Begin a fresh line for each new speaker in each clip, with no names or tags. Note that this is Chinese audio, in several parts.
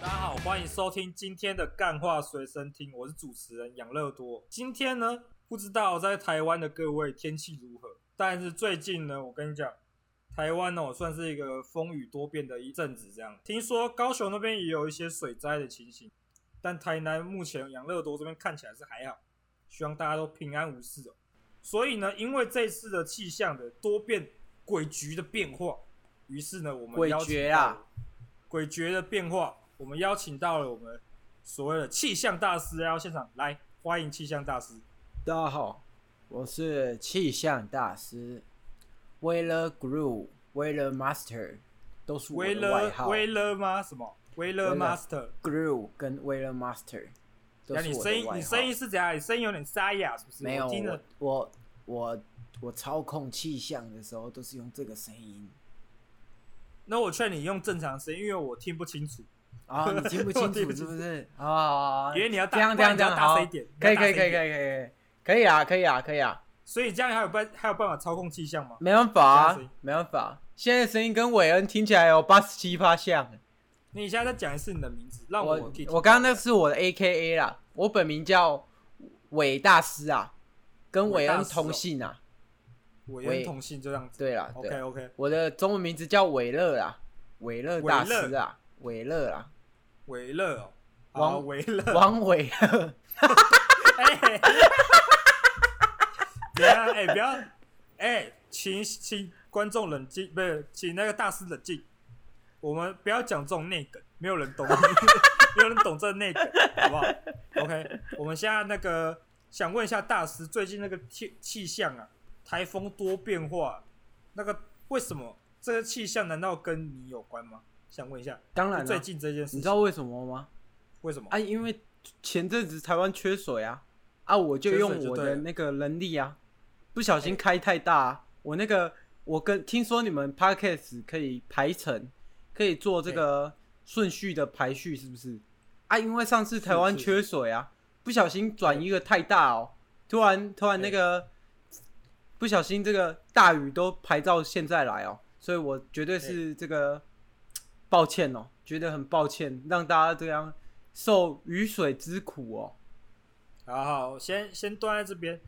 大家好，欢迎收听今天的干话随身听，我是主持人养乐多。今天呢，不知道在台湾的各位天气如何，但是最近呢，我跟你讲，台湾呢、算是一个风雨多变的一阵子。这样，听说高雄那边也有一些水灾的情形，但台南目前养乐多这边看起来是还好，希望大家都平安无事哦。所以呢，因为这次的气象的多变诡谲的变化，于是呢，我们
诡
邀请
谲
到
啊
了诡谲的变化，我们邀请到了我们所谓的气象大师来到现场，来欢迎气象大师。
大家好，我是气象大师 w e l e r Guru w e l e r Master，都是我
威
的
勒
外号。
威勒吗？什么？威勒
威勒
Master？
Guru 跟 w e l e r Master，都
那
是
你
我
声
的
音
外
你
号
声。音是怎样？你声音有点沙哑，是不是？
没有
我听着
我我我我操控气象的时候都是用这个声音
那我劝你用正常声音，因为我听不清楚。
啊，你听 不
我
清
听
楚
不
是不
清
是啊？
因为你要大
这样
不
这
然
样
你
这
要
样
大
好
声一点，
可
你
以
要大
可以可
声一
以
点
可以可以可以啊可以啊可以啊，
所以这样还有办还有办法操控气象吗？
没办法
这样声音
啊没办法，现在声音跟韦恩听起来有八十七趴像。
你现在再讲一次你的名字，让我
我
可以
我刚刚那是我的 A K A 啦，我本名叫韦大师啊，跟
韦
韦
大
恩
师哦
同姓啊。
我恩同姓就这样子。
对啦，
OK
对，
OK，
我的中文名字叫韦乐啊，韦乐大师啊，韦乐啊，
维勒哦，好
王
维勒，
王韦乐。
哎，不要哎，不要哎，请请观众冷静，不是，请那个大师冷静。我们不要讲这种内梗，没有人懂， 没有人懂这内梗，好不好？OK，我们现在那个想问一下大师，最近那个气气象啊，台风多变化，那个为什么这个气象难道跟你有关吗？想问一下，
当然了、
最近这件事情，
你知道为什么吗？
为什么？
啊，因为前阵子台湾缺水啊，啊，我就
缺水
用
就
我
对
的
了哎
那个能力啊，不小心开太大、啊，我那个我跟听说你们 podcast 可以排程，可以做这个顺序的排序，是不是？啊，因为上次台湾
是
缺水啊，不小心转一个太大哦，突然突然那
哎
个不小心这个大雨都排到现在来哦，所以我绝对是这个抱歉哦，觉得很抱歉让大家这样受雨水之苦哦。
好好，先先端在这边。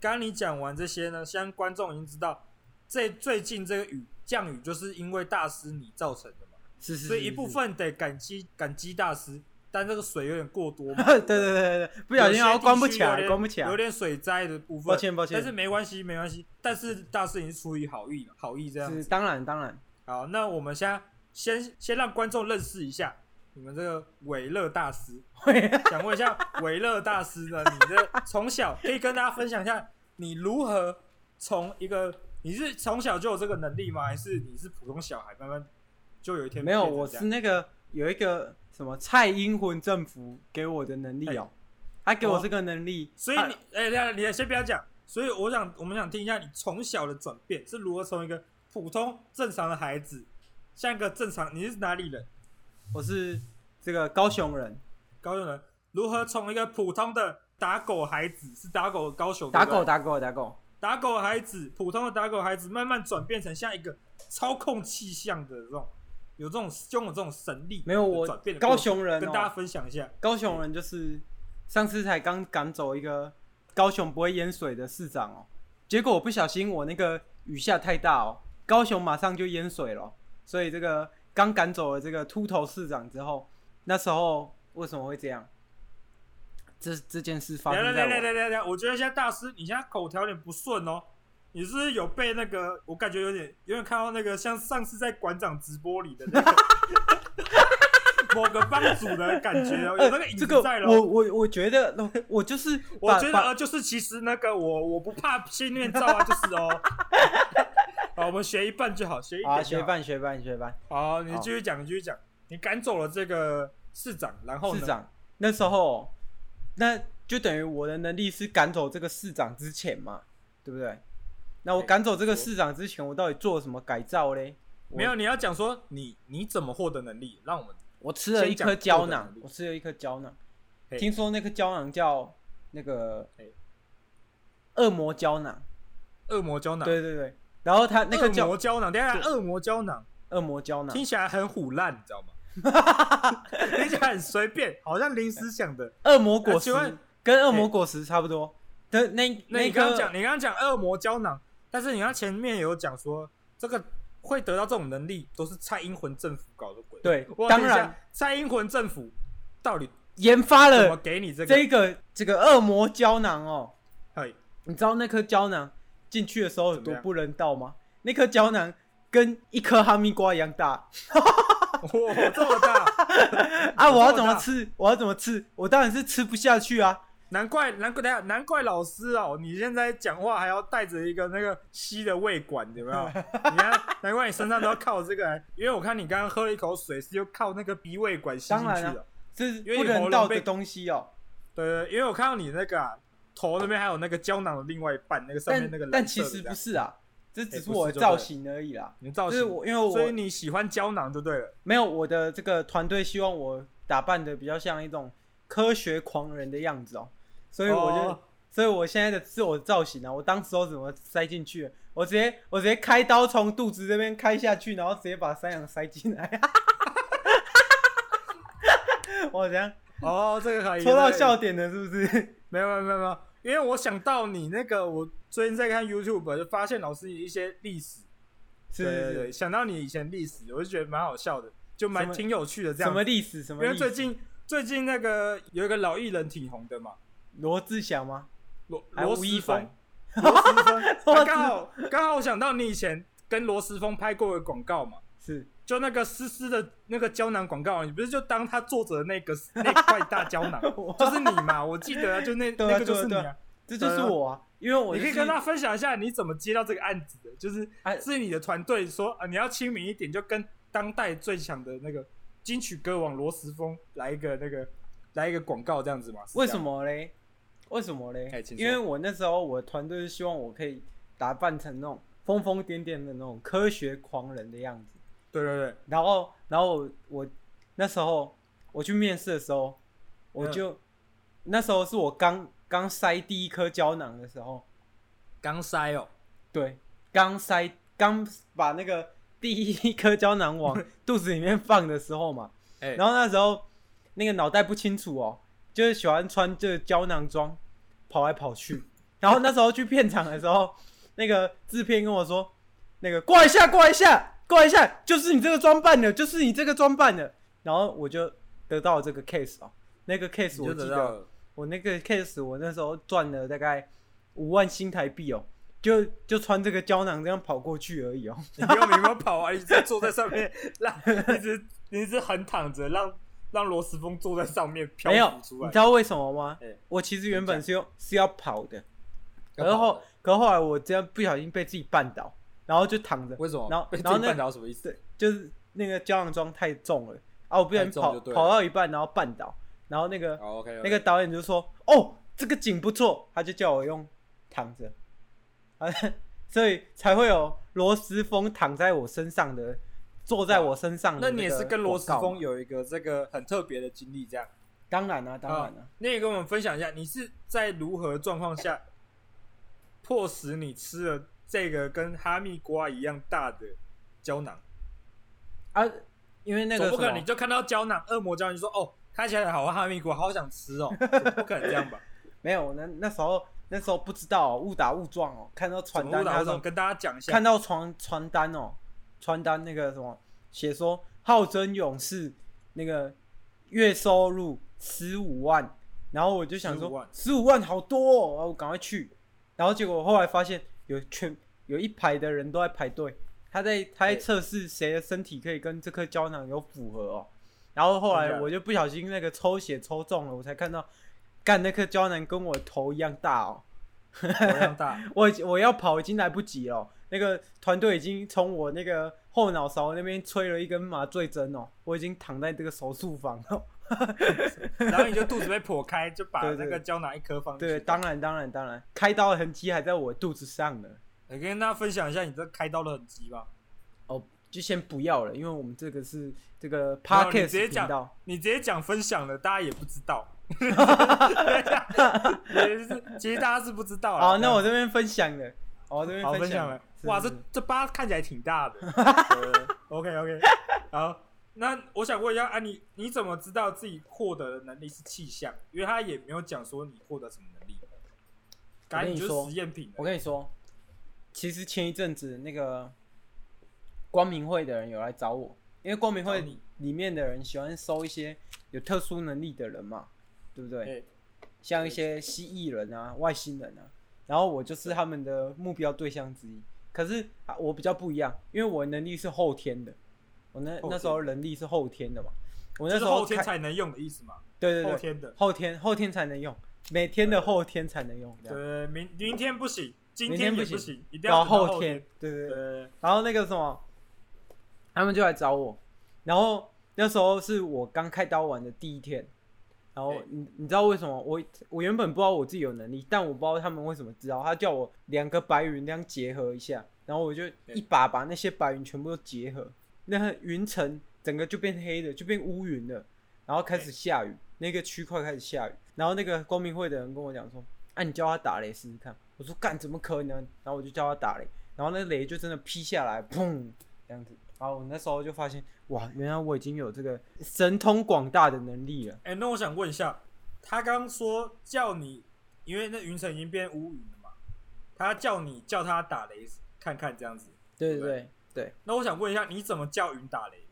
刚刚你讲完这些呢，相信观众已经知道，这最近这个雨降雨就是因为大师你造成的嘛，
是是是
所以一部
是
分得感激感激大师，但这个水有点过多嘛，
对对对对对，不小心好像关不起
有些地
来，
区
关不起
有
来。
点水灾的部分。
抱歉抱歉
但是没关系没关系，但是大师已经出于好意嘛，好意这样
是
子。
当然当然，
好，那我们先先先让观众认识一下你们这个伟乐大 师。
会
想问一下维勒大师呢，你这从小可以跟大家分享一下，你如何从一个你是从小就有这个能力吗？还是你是普通小孩，慢慢就有一天
没有，
变成
我
这
是
样
那个有一个什么蔡英魂政府给我的能力哦，他给我这个能力，
所以
他
你哎，等一下你先不要讲。所以我想，我们想听一下你从小的转变是如何从一个普通正常的孩子，像一个正常你是哪里人？
我是这个高雄人，
高雄人如何从一个普通的打狗孩子是打狗高雄
打
对不
狗
对
打狗打狗，
打狗孩子，普通的打狗孩子，慢慢转变成像一个操控气象的这种，有这种拥有这种神力的
没有我
转变的过
高
程，
雄人
跟大家
哦，
分享一下。
高雄人就是上次才刚赶走一个高雄不会淹水的市长哦，结果我不小心我那个雨下太大哦，高雄马上就淹水了哦，所以这个刚赶走了这个秃头市长之后，那时候为什么会这样？这这件事发
来来来
生在
来
我
来来来，我觉得现在大师，你现在口条有点不顺哦，你是不是有被那个？我感觉有点有点看到那个像上次在馆长直播里的那个某个帮主的感觉哦，有那个影
哎
子
这个
在
我
咯。
我我觉得我就是
我
把
觉得
把
呃，就是其实那个我我不怕信念照啊，就是 哦。好，我们学一半就好，学一点
啊
就好
学办学办学办。
好，你
好
继续讲，你继续讲。你赶走了这个市长，然后呢
市长那时候，那就等于我的能力是赶走这个市长之前嘛，对不对？那我
对
赶走这个
没错
市长之前，我到底做了什么改造嘞？我
没有，你要讲说你你怎么获得能力，让我们
我吃了一颗
先讲
胶
获得
囊
能力，
我吃了一颗胶囊，
嘿
听说那颗胶囊叫那个
嘿
恶魔胶囊，
恶魔胶囊。，
对对对。然后它那
啊
个
恶
叫
魔胶囊，等一下
对
恶魔胶囊
恶魔胶囊，
听起来很虎烂，你知道吗？ 听起来很随便，好像临时想的。
恶魔果
呃
实
请问
跟恶魔果实差不多。的那
那你
颗
刚刚讲，你刚刚讲恶魔胶囊，但是你刚前面有讲说这个会得到这种能力，都是蔡英文政府搞的鬼。
对
我
当
等一下
然，
蔡英文政府到底
研发
怎么
了
给你这个？
这个这个恶魔胶囊哦，
嘿，
你知道那颗胶囊进去的时候
怎
有
么
多
样
不人道吗？那颗胶囊跟一颗哈密瓜一样 大
哇，这么大，
啊！
有这
我要
么
怎么
大
吃？我要怎么吃？我当然是吃不下去啊！
难怪难怪等一下难怪老师哦，你现在讲话还要带着一个那个吸的胃管，有没有？你看，难怪你身上都要靠这个来，因为我看你刚刚喝了一口水，是又靠那个鼻胃管吸进
当
去
然啊
的。
这是
因为
不
你喉
人
咙
道
被
的东西哦。
对对，因为我看到你那个、啊、头那边还有那个胶囊的另外一半，那个上面
但
那个蓝
但
色
其
的
实
这
不
样
是啊，这只
哎
是
不是
我的
就对
造
了
型而已啦。
你的造
就
型，
是我因为我
所以你喜欢胶囊就对了。
没有我的这个团队希望我打扮的比较像一种科学狂人的样子哦，所以我就，
哦
所以我现在的自我造型啊，我当时候怎么塞进去的？我直接我直接开刀从肚子这边开下去，然后直接把山羊塞进来， 我怎样
哦，这个可以
戳到
这个
笑点的，是 不是？
没有没有没有没有，因为我想到你那个，我最近在看 YouTube 就发现老师一些历史，
是
对
是
对对，
是，
想到你以前历史，我就觉得蛮好笑的，就
什
蛮
么
挺有趣的这
什
样
么
子。
历史什么
因为
历史？
最近最近那个有一个老艺人挺红的嘛，
罗志祥吗？
罗
还
罗
吴亦
斯峰
凡，？
罗斯峰，他
罗斯
刚好刚好我想到你以前跟罗斯峰拍过的广告嘛。
是
就那个思思的那个胶囊广告，你不是就当他作者的那 个那块大胶囊，
我
就是你嘛？我记 得、啊、就那、
对啊
那个就是你
对啊
啊。
这就是我啊，因为我
你可以
就是
跟他分享一下你怎么接到这个案子的，就是
哎
是你的团队说啊，你要亲民一点，就跟当代最强的那个金曲歌王罗时丰来一个那个来一个广告这样子嘛？是这
为
样
什？么嘞？为什么嘞
哎？请说
因为我那时候我团队是希望我可以打扮成那种疯疯癫癫的那种科学狂人的样子，
对对对，
然后然后我我那时候我去面试的时候，我就、那时候是我刚刚塞第一颗胶囊的时候，
刚塞哦，
对，刚塞刚把那个第一颗胶囊往肚子里面放的时候嘛，
哎
然后那时候那个脑袋不清楚哦，就是喜欢穿这个胶囊装跑来跑去。然后那时候去片场的时候，那个制片跟我说：“那个过来一下，过来一下，过来一下，就是你这个装扮的，就是你这个装扮的。”然后我就得到了这个 case 哦，那个 case 我
你就
记
知道
得，
了
我那个 case 我那时候赚了大概五万新台币哦，就就穿这个胶囊这样跑过去而已哦。
你没有你没有跑啊，你直接坐在上面，让一直你是横躺着，让让罗时丰坐在上面漂
没有，
浮出
你
来
知。道为什么吗
哎？
我其实原本是用是要跑的，
要
然
跑
后
的
可后来我这样不小心被自己绊倒，然后就躺着，
为什么？
然后
被自
然后
己
那
绊倒什么意思？
对，就是那个胶囊装太重了啊，我不小心
太重
跑
就对了
跑到一半，然后绊倒，然后那个
哦，OK，
那个导演就说：“哦，这个景不错。”他就叫我用躺着，啊， 所以才会有罗斯峰躺在我身上的，坐在我身上的
那
个广告嘛。
你也是跟罗时丰有一个这个很特别的经历，这样。
当然啊，当然啊。
啊，那也跟我们分享一下，你是在如何状况下迫使你吃了这个跟哈密瓜一样大的胶囊？
啊，因为那个
总不可
什
能
么
你就看到胶囊，恶魔胶囊，你就说哦，看起来好像哈密瓜，好想吃哦，总不可能这样吧？
没有，那那时候那时候不知道、误打误撞哦，看到
怎
传
么
单，
打
他
我
说
跟大家讲一下，
看 到传传单哦，传单那个什么写说浩真勇士那个月收入十五万，然后我就想
15
说
万
十五万好多哦，然后我赶快去，然后结果后来发现有全有一排的人都在排队，他在他在
对
测试谁的身体可以跟这颗胶囊有符合哦，然后后
真
来
假
我就不小心那个抽血抽中了，我才看到。干那颗胶囊跟我的头一样大哦，
同样大，
我已经我要跑已经来不及了，那个团队已经从我那个后脑勺那边吹了一根麻醉针哦，我已经躺在这个手术房了。
然后你就肚子被破开，就把
对对
那个胶囊一颗放进去。
对，当然当然当然，开刀的痕迹还在我肚子上呢。
你跟大家分享一下你这开刀的痕迹吧。
哦，就先不要了，因为我们这个是这个
然后你
podcast
直接
频
讲
道。
你直接讲分享的，大家也不知道。也是，其实大家是不知道啦
好，那我这边分享了，哦，这边
好分享
享
了。
是
哇，
是
这
是
这疤看起来挺大 的。OK OK，好，那我想问一下啊，你你怎么知道自己获得的能力是气象？因为他也没有讲说你获得什么能力。感觉
我跟你
就
说
是实验品了。
我跟你说，其实前一阵子那个光明会的人有来找我，因为光明会
找你
里面的人喜欢收一些有特殊能力的人嘛，对不对？
哎
像一些蜥蜴人啊、外星人啊，然后我就是他们的目标对象之一。可是啊我比较不一样，因为我的能力是后天的，我那
后天
那时候能力是后天的嘛，我那
就是
时候
后天
开
才能用的意思嘛？
对对对
后天的，
后天后天才能用，每天的后天才能用，这样
对，明明天不行，今
明
也
天不
不
行
行，一定
到
要等到天
后天。，对对对。
呃，
然后那个什么，他们就来找我，然后那时候是我刚开刀完的第一天，然后
对
你你知道为什么我我原本不知道我自己有能力，但我不知道他们为什么知道，他叫我两个白云这样结合一下，然后我就一把把那些白云全部都结合，那个云层整个就变黑的，就变乌云了，然后开始下雨，那个区块开始下雨，然后那个光明会的人跟我讲说，啊你叫他打雷试试看，我说干怎么可能，然后我就叫他打雷。然后那雷就真的劈下来，砰，这样子。然后我那时候就发现，哇，原来我已经有这个神通广大的能力了。
哎、那我想问一下，他刚说叫你，因为那云层已经变乌云了嘛，他叫你叫他打雷看看这样子。
对
对
对对，
那我想问一下，你怎么叫云打雷？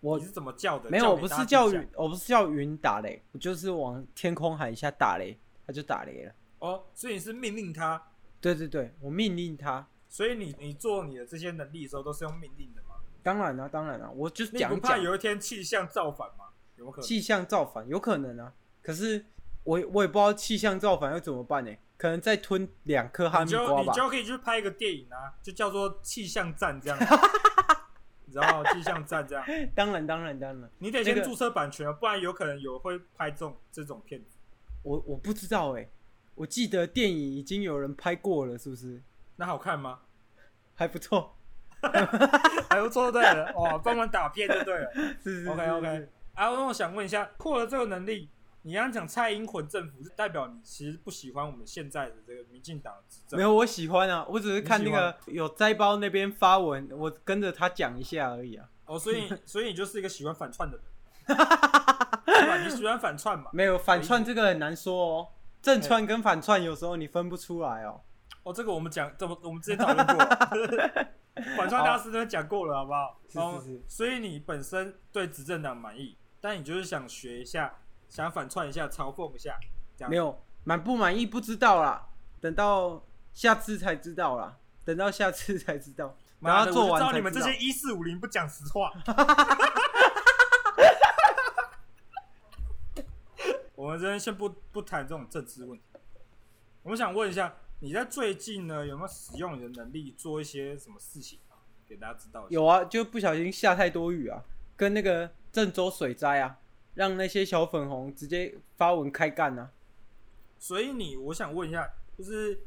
我
你是怎么叫的？
没有，
叫
我
给
不
大家
是叫
听一
云
下，
我不是叫云打雷，我就是往天空喊一下打雷，他就打雷了。
哦，所以你是命令他，
对对对，我命令他。
所以你你做你的这些能力的时候都是用命令的嘛？
当然了、啊当然了、我就是
你
讲
不
一
怕
讲
有一天气象造反吗？有没有可能？
气象造反，有可能啊。可是我我也不知道气象造反要怎么办呢、可能再吞两颗哈
你
密
就
瓜
你
吧。
就可以去拍一个电影啊，就叫做《气象站》 这样，你知道吗？气象站这样，
当然当然当然，
你得
那
先
个
注册版权啊，不然有可能有会拍这种这种片子。
我我不知道哎、我记得电影已经有人拍过了，是不是？
那好看吗？
还不错，
还不错，对了，哦，帮忙打片就对了。
是是
OK
是
OK。啊，那我想问一下，获得这个能力，你刚刚讲蔡英文政府，是代表你其实不喜欢我们现在的这个民进党的执
没
政。
有我喜欢啊，我只是看那个有斋包那边发文，我跟着他讲一下而已啊。
哦，所以所以你就是一个喜欢反 串的人，是吧？你喜欢反串嘛？
没有反串这个很难说哦，正串跟反串有时候你分不出来哦。
哦，这个我们讲，怎么我们之前讨论 过了，反串大师都讲过了，好不好？
是
然后
是是
所以你本身对执政党满意，但你就是想学一下，想反串一下，嘲讽一下，这样
没有满不满意不知道啦，等到下次才知道啦，等到下次才知道。然
妈
后
的
做
我
完
就知
才
道
知道
你们这些一四五零不讲实话。 我们这边先不不谈这种政治问题，我们想问一下，你在最近呢有没有使用你的能力做一些什么事情啊？给大家知道一下。
有啊，就不小心下太多雨啊，跟那个郑州水灾啊，让那些小粉红直接发文开干啊。
所以你，我想问一下，就是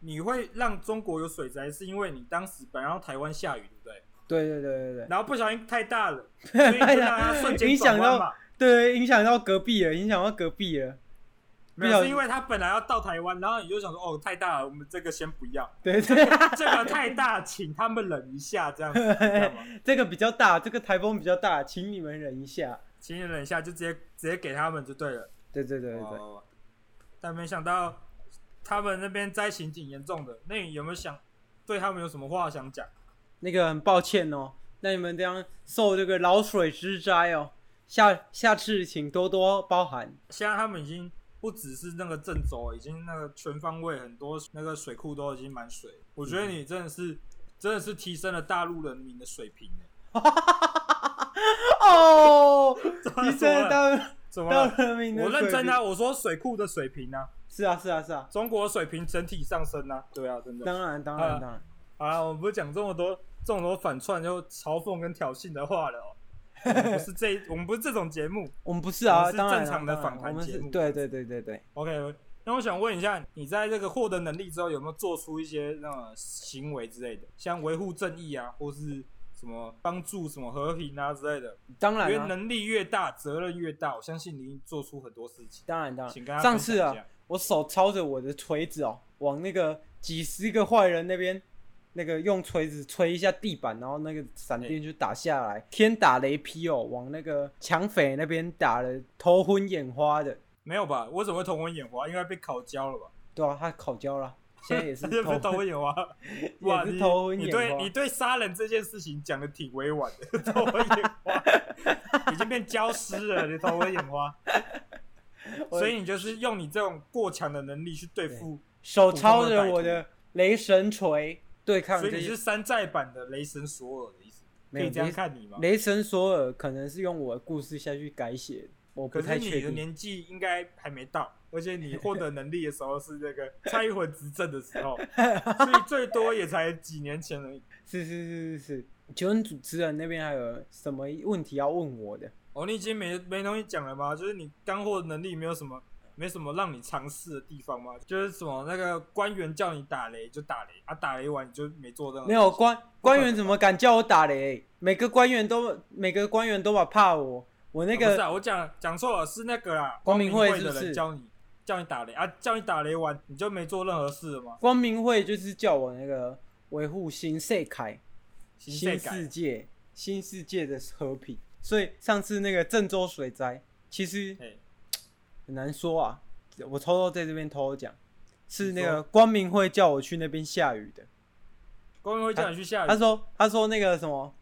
你会让中国有水灾，是因为你当时本来要台湾下雨，对不对？
对对对对对。
然后不小心太大了，所以就让它瞬间
影响
转弯
到
嘛。
对，影响到隔壁了，影响到隔壁了。
没
不
有，
小心
是因为他本来要到台湾，然后你就想说，哦，太大了，我们这个先不 要，
对对，
这个太大，请他们忍一下，这样 子，知道吗？
这个比较大，这个台风比较大，请你们忍一下。
请你忍一下，就直接直接给他们就对了。
对对对对对，
哦但没想到他们那边灾情挺严重的，那你有没有想对他们有什么话想讲？
那个很抱歉哦，那你们这样受这个老水之灾哦，下下次请多多包涵。
现在他们已经不只是那个郑州，已经那个全方位很多那个水库都已经满水。我觉得你真的是真的是提升了大陆人民的水平欸
哦，
怎么
你
了
真的当
怎么了
当？人民的
我认
水
真
平
啊，我说水库的水平啊，
是啊是啊是啊，
中国水平整体上升啊，对啊，真的。
当然当
啊
然当然。
好了，我们不是讲这么多这种多反串就嘲讽跟挑衅的话了、哦，我们不是这，我们不是这种节目。
我们不是啊，
我们是
当然啊
正常的
当然
访谈
我们
节
是
目
对对对对对，
OK，那我想问一下，你在这个获得能力之后，有没有做出一些那种行为之类的，像维护正义啊，或是什么帮助什么和平啊之类的？
当
因
然、
为
啊、
能力越大，责任越大，我相信你做出很多事情。
当然当然。
请跟大家
上
分享
次啊
一下，
我手抄着我的锤子哦，往那个几十个坏人那边，那个用锤子锤一下地板，然后那个闪电就打下来，天打雷劈哦，往那个抢匪那边打了头昏眼花的，
没有吧？我怎么会头昏眼花？应该被烤焦了吧？
对啊，他烤焦了，现在也是
这不是
头
头
昏，
昏 眼花。哇，
也
你
是头昏
你
眼
对
花。
你对杀人这件事情讲的挺委婉的， 头昏眼花，已经变僵尸了，你头昏眼花。
我
所以你就是用你这种过强的能力去对付，
手抄着我的雷神锤对抗
所以
这
你
些
是山寨版的雷神索尔的意思，可
没有
以这样
雷
看你吗？
雷神索尔，可能是用我的故事下去改写的，我不
可是
太
你
确
的
定。
年纪应该还没到，而且你获得能力的时候是那个 蔡英文执政的时候，所以最多也才几年前而已。
是是是是是，请问主持人那边还有什么问题要问我的？
哦，你已经没没东西讲了吗？就是你干货能力没有什么，没什么让你尝试的地方吗？就是什么那个官员叫你打雷就打雷，啊打雷完你就没做任何啊
没有官官员怎么敢叫我打雷？每个官员都每个官员都把怕我，我那
啊不是
个、
啊，我讲讲错了，是那个啦，
光
明
明
会
会是
的
不
人
是
教你叫你打雷啊，叫你打雷完你就没做任何事了吗？
光明会就是叫我那个维护新世界、
形
新
式感
世界、新世界的和平。所以上次那个郑州水灾，其实
哎
很难说啊。我偷偷在这边偷偷讲，是那
你
个
说
光明会叫我去那边下雨的。
光明会叫你去下雨
啊他，说他说那个什么，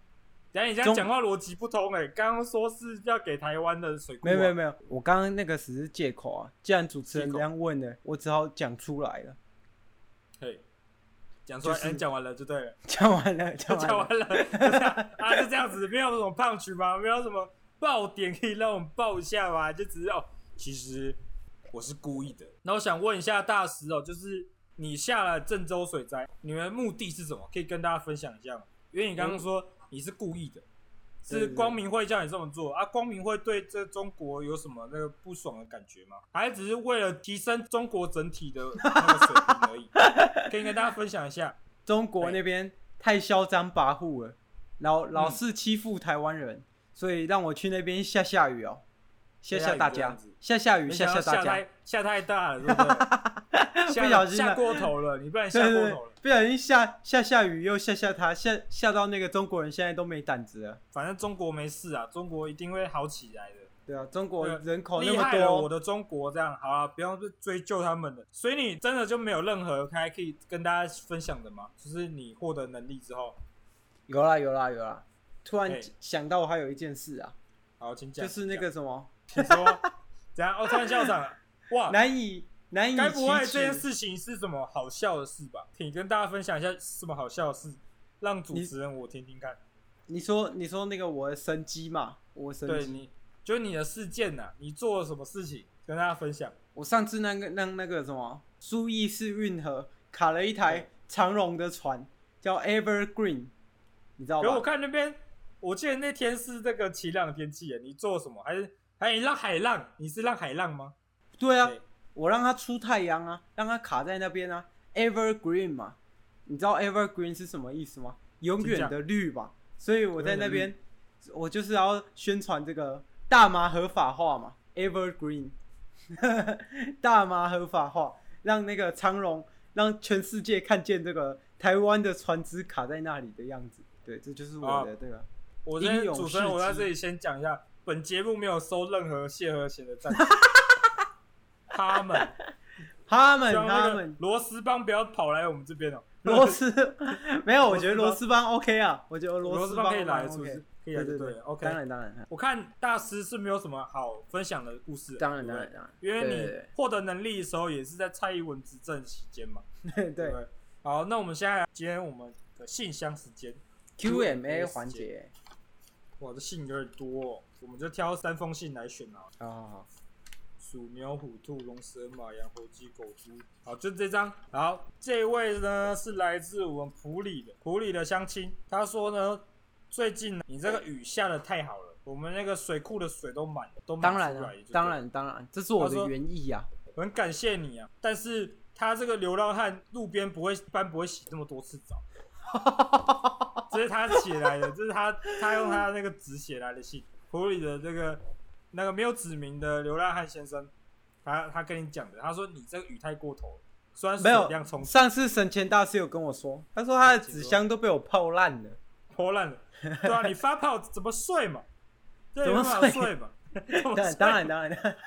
等一下你这样
中
讲话逻辑不通哎、刚刚说是要给台湾的水库、
没有没有，没有，我刚刚那个只是借口啊。既然主持
啊
人
借口
这样问了，我只好讲出来了。
嘿，讲出来，
就
哎
是
你讲、完了就对了，
讲完了，讲完
讲
了
完。了，就这样 啊就这样子，没有什么胖曲吗？没有什么爆点可以让我们爆一下吗？就只是哦，其实我是故意的。那我想问一下大师哦，就是你下了郑州水灾，你们的目的是什么？可以跟大家分享一下吗？因为你刚刚说你是故意的，
对
是
对
光明会叫你这么做啊？光明会对这中国有什么那个不爽的感觉吗？还是只是为了提升中国整体的那个水平而已？ 可以跟大家分享一下。
中国那边太嚣张跋扈了，
嗯
老老是欺负台湾人，所以让我去那边下下雨哦，吓吓
下下
大
雨这样
家
子，
下下雨，
没
吓
想到
吓大家，
太下太大了，对不 对？下
不小心
下
了
过头了，你不然
对
下
对
过
对
头了。，
不小心下下下雨又吓吓他，吓吓到那个中国人现在都没胆子了。
反正中国没事啊，中国一定会好起来的。
对啊，中国
对
人口那
厉
么
害了，我
多，
的中国这样好了，不要追究他们的。所以你真的就没有任何还可以跟大家分享的吗？就是你获得能力之后，
有啦有啦有啦。突然
嘿
想到我还有一件事啊，
好，请讲，
就是那个什么
请讲，你说怎样？哦，突然笑场了，哇！
难以难以
啊该不会
启齿
这件事情是什么好笑的事吧？请跟大家分享一下什么好笑的事，让主
你
持人我听听看。
你说你说那个我的神机嘛，我的神
对
机，
你，就是你的事件呐、你做了什么事情，跟大家分享。
我上次那个让那个什么苏伊士运河卡了一
对
台长荣的船，叫 Evergreen，你知道
可是我
吧？
看那边，我记得那天是这个晴朗的天气耶，你做了什么？还是还是你让海浪？你是让海浪吗？
对啊
对，
我让它出太阳啊，让它卡在那边啊，Evergreen 嘛，你知道 Evergreen 是什么意思吗？永远的绿嘛。所以我在那边，我就是要宣传这个大麻合法化嘛，Evergreen，大麻合法化，让那个长荣，让全世界看见这个台湾的船只卡在那里的样子。对，这就是我的
啊
这个。
我在
英勇
主持人，
事迹
我在这里先讲一下，本节目没有收任何谢和弦的赞 助。他们，
他们
希望
他
那个
们
螺丝帮不要跑来我们这边哦。
螺丝 没有，我觉得
螺
螺
丝
丝帮 OK 啊，我觉得
螺
螺
丝
丝
帮
帮
可以来，
蛮
是不
OK
是？可以来就
对
了。OK，
当然当然，
我看大师是没有什么好分享的故事，
当然
对
当
不对
然当 然，
因为
对
你获得能力的时候也是在蔡英文执政期间嘛，
对对
对不
对
对？好，那我们现在来今天我们的信箱时间，
Q&A 环节
我的信有点多、哦，我们就挑三封信来选啊，
好好好，
鼠、牛、虎、兔、龙、蛇、马、羊、猴、鸡、狗、猪，好，就这张。好，这位呢是来自我们普里的普里的乡亲，他说呢，最近呢你这个雨下的太好了，我们那个水库的水都满了，都满
当然
出
了
来就对，
当然啊当然，这是我
他
的
说
原意啊。
很感谢你啊。但是他这个流浪汉路边不会一般不会洗这么多次 澡，这是他写来的，这是他他用他那个纸写来的信。普里的这个那个没有指名的流浪汉先生，他他跟你讲的，他说你这个雨太过头了，虽然水
没有
量充足
上次省钱大师有跟我说，他说他的纸箱都被我泡烂了。
破烂了，对啊，你发泡怎么睡 嘛？这
怎
有
么
办法
睡
睡 嘛？怎么
当然
睡
当然当然，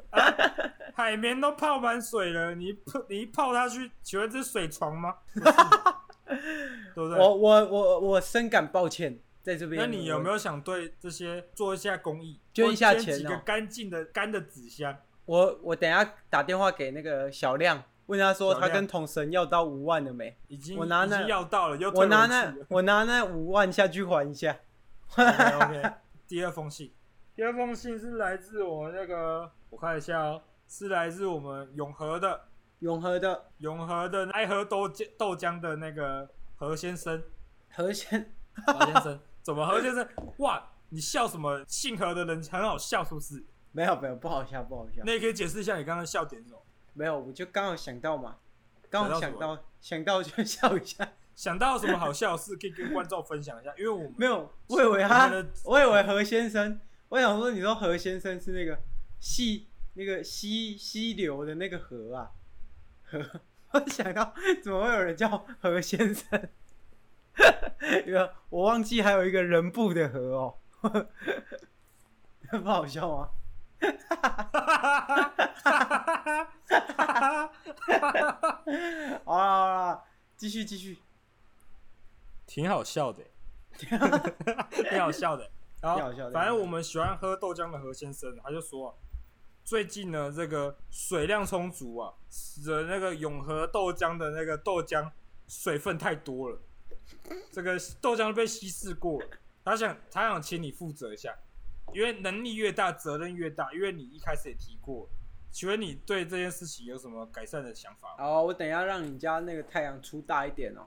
海绵都泡满水了，你一泡你一泡它去，请问这是水床 吗？不是 对不对？
我我我我深感抱歉，在这边。
那你有没
有？
有想对这些做一下公益，
捐一下
或
钱
几
哦
个干净的干的纸箱？
我我等一下打电话给那个小亮，问他说
小
他
亮
跟统神要到五万了没？
已经
我拿
已
那
经要到了，又退
我拿
回
那
去了
我拿那五万下去还一下。
OK，, o k 第二封信，第二封信是来自我们那个，我看一下哦，是来自我们永和的
永和的
永和的爱喝豆浆豆浆的那个何先生，
何先
何先生，怎么何先生？哇，你笑什么？姓何的人很好笑，是不是？
没有没有不好笑不好笑，
那也可以解释一下你刚刚的笑点是什么？
没有我就刚好想到嘛，刚好
想
想
到
到想到就笑一下。
想到什么好笑的事可以跟观众分享一下，因为我们
没有，我以为他
我们的，
我以为何先生，我想说，你说何先生是那个溪那个溪溪流的那个河啊，河，我想到怎么会有人叫何先生？ 因为我忘记还有一个人部的河哦， 不好笑吗？ 好啦好啦，继续继续，
挺好笑 的，挺好笑的。然后
挺好笑的
反正我们喜欢喝豆浆的何先生，他就说啊、最近呢这个水量充足啊，使得那个永和豆浆的那个豆浆水分太多了，这个豆浆被稀释过了。他想他想请你负责一下，因为能力越大责任越大，因为你一开始也提过了。请问你对这件事情有什么改善的想法吗？
好，我等一下让你家那个太阳出大一点哦。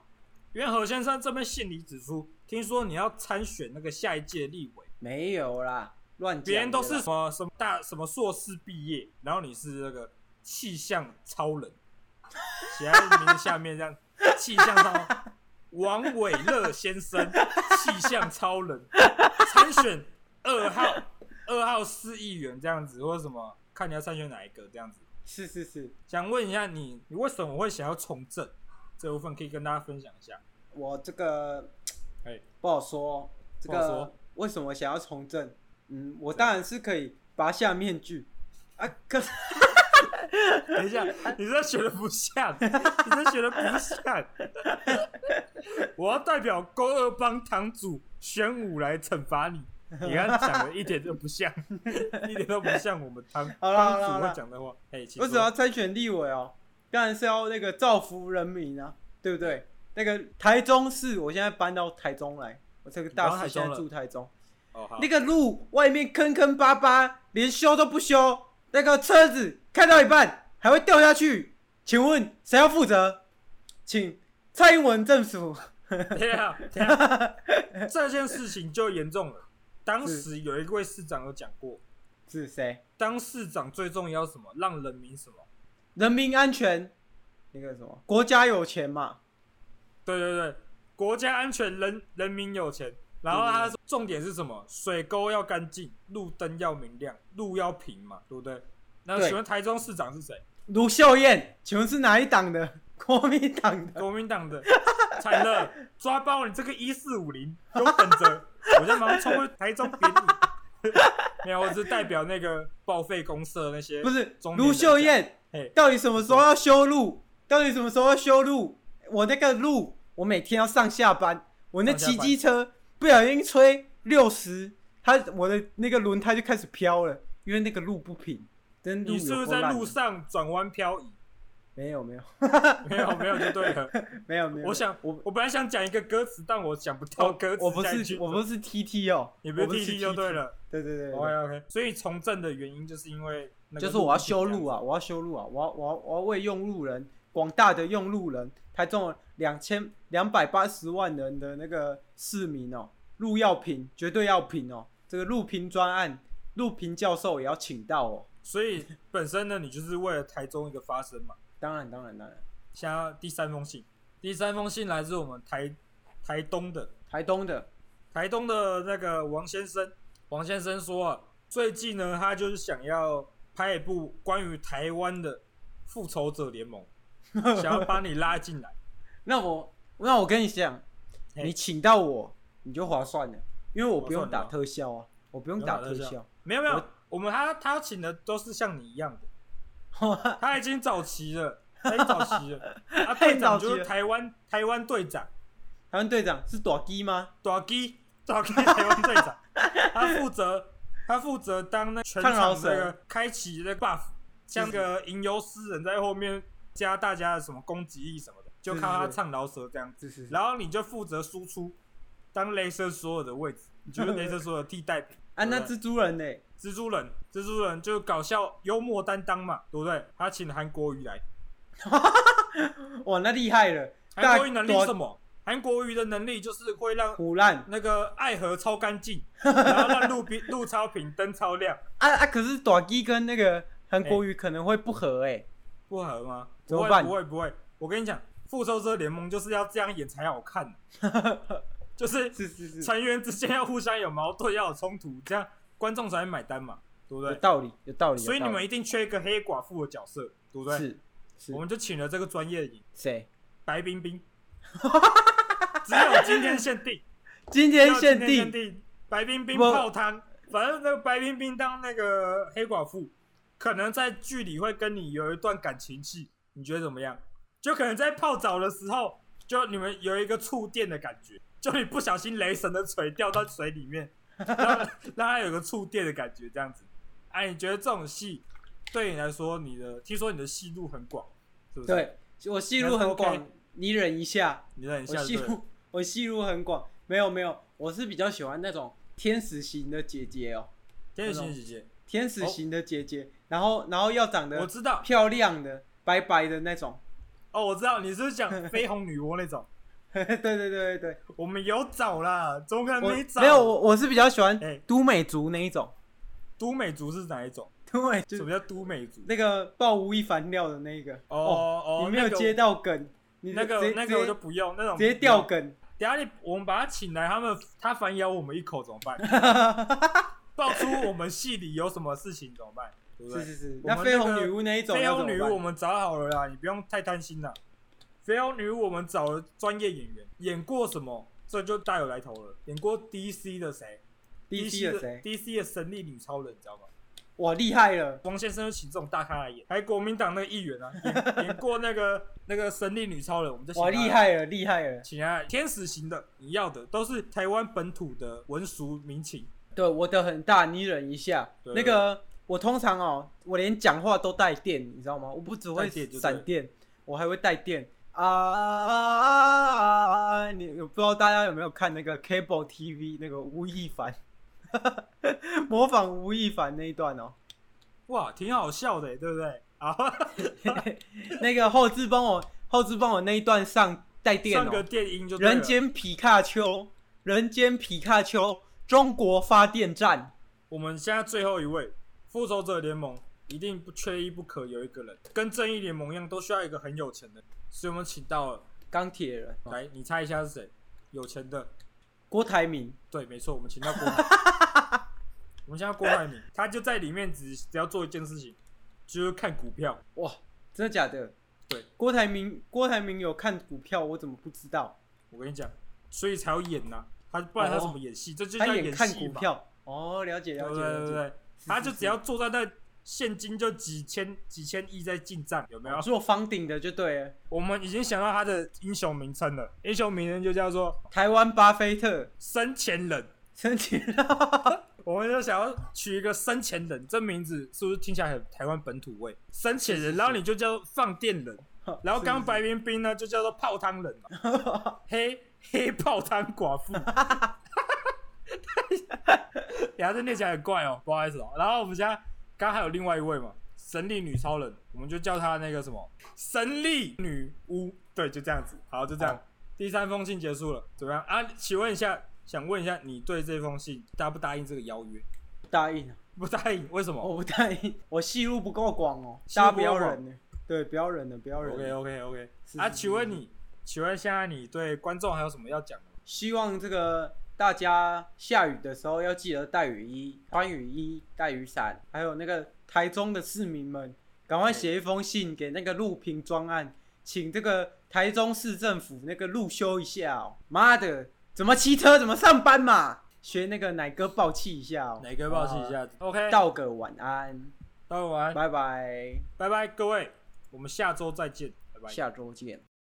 因为何先生这边信里指出，听说你要参选那个下一届立委，
没有啦，乱讲的啦。
别人都是什么什么大什么硕士毕业，然后你是那个气象超人，写在名字下面 这样，气象超王伟乐先生，气象超人参选二号二号市议员这样子，或者什么看你要参选哪一个这样子。
是是是，
想问一下你，你为什么会想要从政？这部分可以跟大家分享一下。
我这个
哎，
不好说，哦这
不好
个
说
为什么想要从政？嗯，我当然是可以拔下面具啊，可是
等一 下，你这学的不像， 你这学的不像。 我要代表勾二帮堂主玄武来惩罚你。你刚刚讲的一点都不像， 一点都不像我们堂
好啦好
帮
啦
主
好啦
会讲的话。哎，请
我只
说
要参选立委哦，当然是要那个造福人民啊，对不对？那个台中市，我现在搬到台中来，我这个
搬
大
到台
四
中
现
了
在住台中，
哦好
那，个路外面坑坑巴巴，连修都不修，那个车子开到一半还会掉下去，请问谁要负责？请蔡英文政府。
等一下，等一下，这件事情就严重了。当时有一位市长有讲过，
是谁？
当市长最重要什么？让人民什么？
人民安全，那个什么，国家有钱嘛？
对对对，国家安全，人人民有钱。然后他说重点是什么？水沟要干净，路灯要明亮，路要平嘛，对不对？那
对
请问台中市长是 谁？
卢秀燕，请问是哪一党的？国民党的。
国民党的，惨了， 抓包你这个一四五零，给我等着，我就马上冲回台中扁你。 没有，我只是代表那个报废公社那些，
不是
中年
卢
人
秀
讲
燕
嘿，
到底什么时候要修路？到底什么时候要修路？我那个路，我每天要上下班，我那
上下
骑
班
机车不小心吹六十，它我的那个轮胎就开始飘了，因为那个路不平。真路
你是不
有
是
够烂
在
的
路？上转弯漂移？
没有没有
没有，没有就对了。
没有没有。
我想，
我
我本来想讲一个歌词，但我想不
我
到歌词。
我不是我不是 TT 哦，
你不是
我
T T 就对了。
对对对对
OK OK，所以从政的原因就是因为那个
就是我要修
路
路啊，我要修路啊，我要我要我要为用路人，广大的用路人，台中两千两百八十万人的那个市民哦，路要平，绝对要平哦，这个录屏专案，录屏教授也要请到哦。
所以本身呢，你就是为了台中一个发声嘛。
当然，当然，当然，
现在第三封信，第三封信来自我们台台东的
台东的，
台东的那个王先生，王先生说啊，最近呢，他就是想要拍一部关于台湾的复仇者联盟， 想要把你拉进来。
那我那我跟你讲，
嘿
你请到我你就划算了，因为我不用
划算了
打
吗
特效啊，我不用
不用
打
打
特
特效
效。
没有没有
我，
我们他他请的都是像你一样的， 他已经早期了，他已经早期了。啊，
他已
队
经早
长
期了
就是台湾台湾队长，
台湾队长是短鸡吗？
短基短基台湾队长，他负责他负责当那全
抗老
场
者
那个开启那个 buff，像个吟游诗人在后面加大家的什么攻击力什么的，就是靠他
是
唱饶舌这样子。
是是是。
然后你就负责输出，当雷神所有的位置，你就是雷神所有的替代品。
啊，那
对
蜘蛛人呢？
蜘蛛人，蜘蛛人就是搞笑幽默担当嘛，对不对？他请了韩国瑜来，
哇，那厉害了！
韩国瑜能力是什
大
么？韩国瑜的能力就是会让
虎烂
那个爱河超干 净，然后让路边路超平，灯超亮，
啊啊！可是短鸡跟那个韩国瑜可能会不合哎、
不合吗？
怎
不
么
会
办
不会不会，我跟你讲，复仇者联盟就是要这样演才好看，就是
是是是，
成员之间要互相有矛盾，要有冲突，这样观众才会买单嘛，对不
有
对？
道理，有道理。
所以
有
你
道
们
理
一定缺一个黑寡妇的角色，对不对？
是是
我们就请了这个专业的演
谁？
白冰 冰，只有今天限定，
今
只
天
有今
限
天
定
限定白冰冰
不
泡汤。反正那个白冰冰当那个黑寡妇，可能在剧里会跟你有一段感情戏，你觉得怎么样？就可能在泡澡的时候，就你们有一个触电的感觉，就你不小心雷神的锤掉到水里面，让让他有个触电的感觉，这样子。哎、你觉得这种戏对你来说，你的听说你的戏路很广，是不是？，
对，我戏路很
那是
广
OK，
你忍一下，
你忍一
我
下
戏
对了。
路我戏路很广，没有没有，我是比较喜欢那种天使型的姐姐哦，
天使星姐姐，
天使型的姐姐，然后然后要长
我
得
知道
漂亮的、白白的那种，
哦，我知道你是不是讲 绯红女巫那种，
对对对对对，
我们有找啦，怎么可能
我
没找？
没有，我我是比较喜欢
哎
都美族那一种，
都美族是哪一种？
都美就
什么叫都美族？
那个爆吴亦凡料的那一个
哦哦，
你没有接到梗，你
那个
直接
那个我
直
就
接
不用那种
直接掉。梗，
等下你我们把他请来，他们他反咬我们一口怎么办？ 爆出我们戏里有什么事情怎么办？对不
是
对？
是是，
我们
绯红
那个
女巫那一种
绯
要怎
红
么
女
办
巫我们找好了啦，你不用太担心啦。绯红女巫我们找了专业演员，演过什么？这就大有来头了。演过 DC 的谁
DC 的谁？
？DC 的神力女超人，你知道吗？
哇，厉害了！
王先生就请这种大咖来演，还有国民党那个议员啊，演 演过那个那个神力女超人，我们就请
哇，
他
厉，害了，厉害了！
请他来天使型的，你要的都是台湾本土的文俗民情。
对，我的很大，你忍一下。
对
那个，我通常哦，我连讲话都带电，你知道吗？我不只会
带电就对
闪电，我还会带电啊啊啊啊啊啊啊！你我不知道大家有没有看那个 Cable TV 那个吴亦凡， 模仿吴亦凡那一段哦。
哇，挺好笑的，对不对？啊，
那个后置帮我，后置帮我那一段上带电
上个
哦。
电音就对了
人间皮卡丘，人间皮卡丘，中国发电站。
我们现在最后一位，复仇者联盟一定不缺一不可有一个人，跟正义联盟一样，都需要一个很有钱的，所以我们请到了，
钢铁人，
来，你猜一下是谁？有钱的，
郭台铭，
对，没错，我们请到郭台铭。 我们现在郭台铭，他就在里面只只要做一件事情，就是看股票。
哇，真的假的？
对，
郭台铭，郭台铭有看股票，我怎么不知道？
我跟你讲，所以才要演呐、他不然他
哦
怎么演戏？这就
他
叫
也看
戏
股
嘛，
票，哦，了解
对
了
不
解
对？对不
了解，
对？他
是
就是只要坐在那，现金就几千几千亿在进账，有没有？
做房顶的就对了。
我们已经想到他的英雄名称了，英雄名称就叫做
台湾巴菲特
生前人。
申请，
我们就想要取一个生前人，这名字是不是听起来很台湾本土味？生前人，然后你就叫放电人，然后刚刚白冰冰呢就叫做泡汤人嘛， 黑黑泡汤寡妇。呀，这念起来很怪哦，不好意思哦。然后我们家刚刚还有另外一位嘛，神力女超人，我们就叫她那个什么神力女巫，对，就这样子。好，就这样，第三封信结束了，怎么样啊？请问一下，想问一下，你对这封信答不答应这个邀约？
答应啊，
不答应，为什么
我不答应，我戏路不够广哦，
戏路
大家
不
不
够
要
广
忍呢，对，不要忍了，不要忍了。
？OK OK OK。
是
啊，
是
请问你，请问现在你对观众还有什么要讲的吗？
希望这个大家下雨的时候要记得带雨衣、穿雨衣、带雨伞，还有那个台中的市民们，赶快写一封信给那个路平专案，请这个台中市政府那个路修一下哦。妈的，怎么骑车怎么上班嘛？学那个奶哥暴气一下哦，
哪个报气一下子？OK，
呃，道个晚安，
到晚安，
拜拜，
拜拜，各位，我们下周再见，拜拜。
下周见。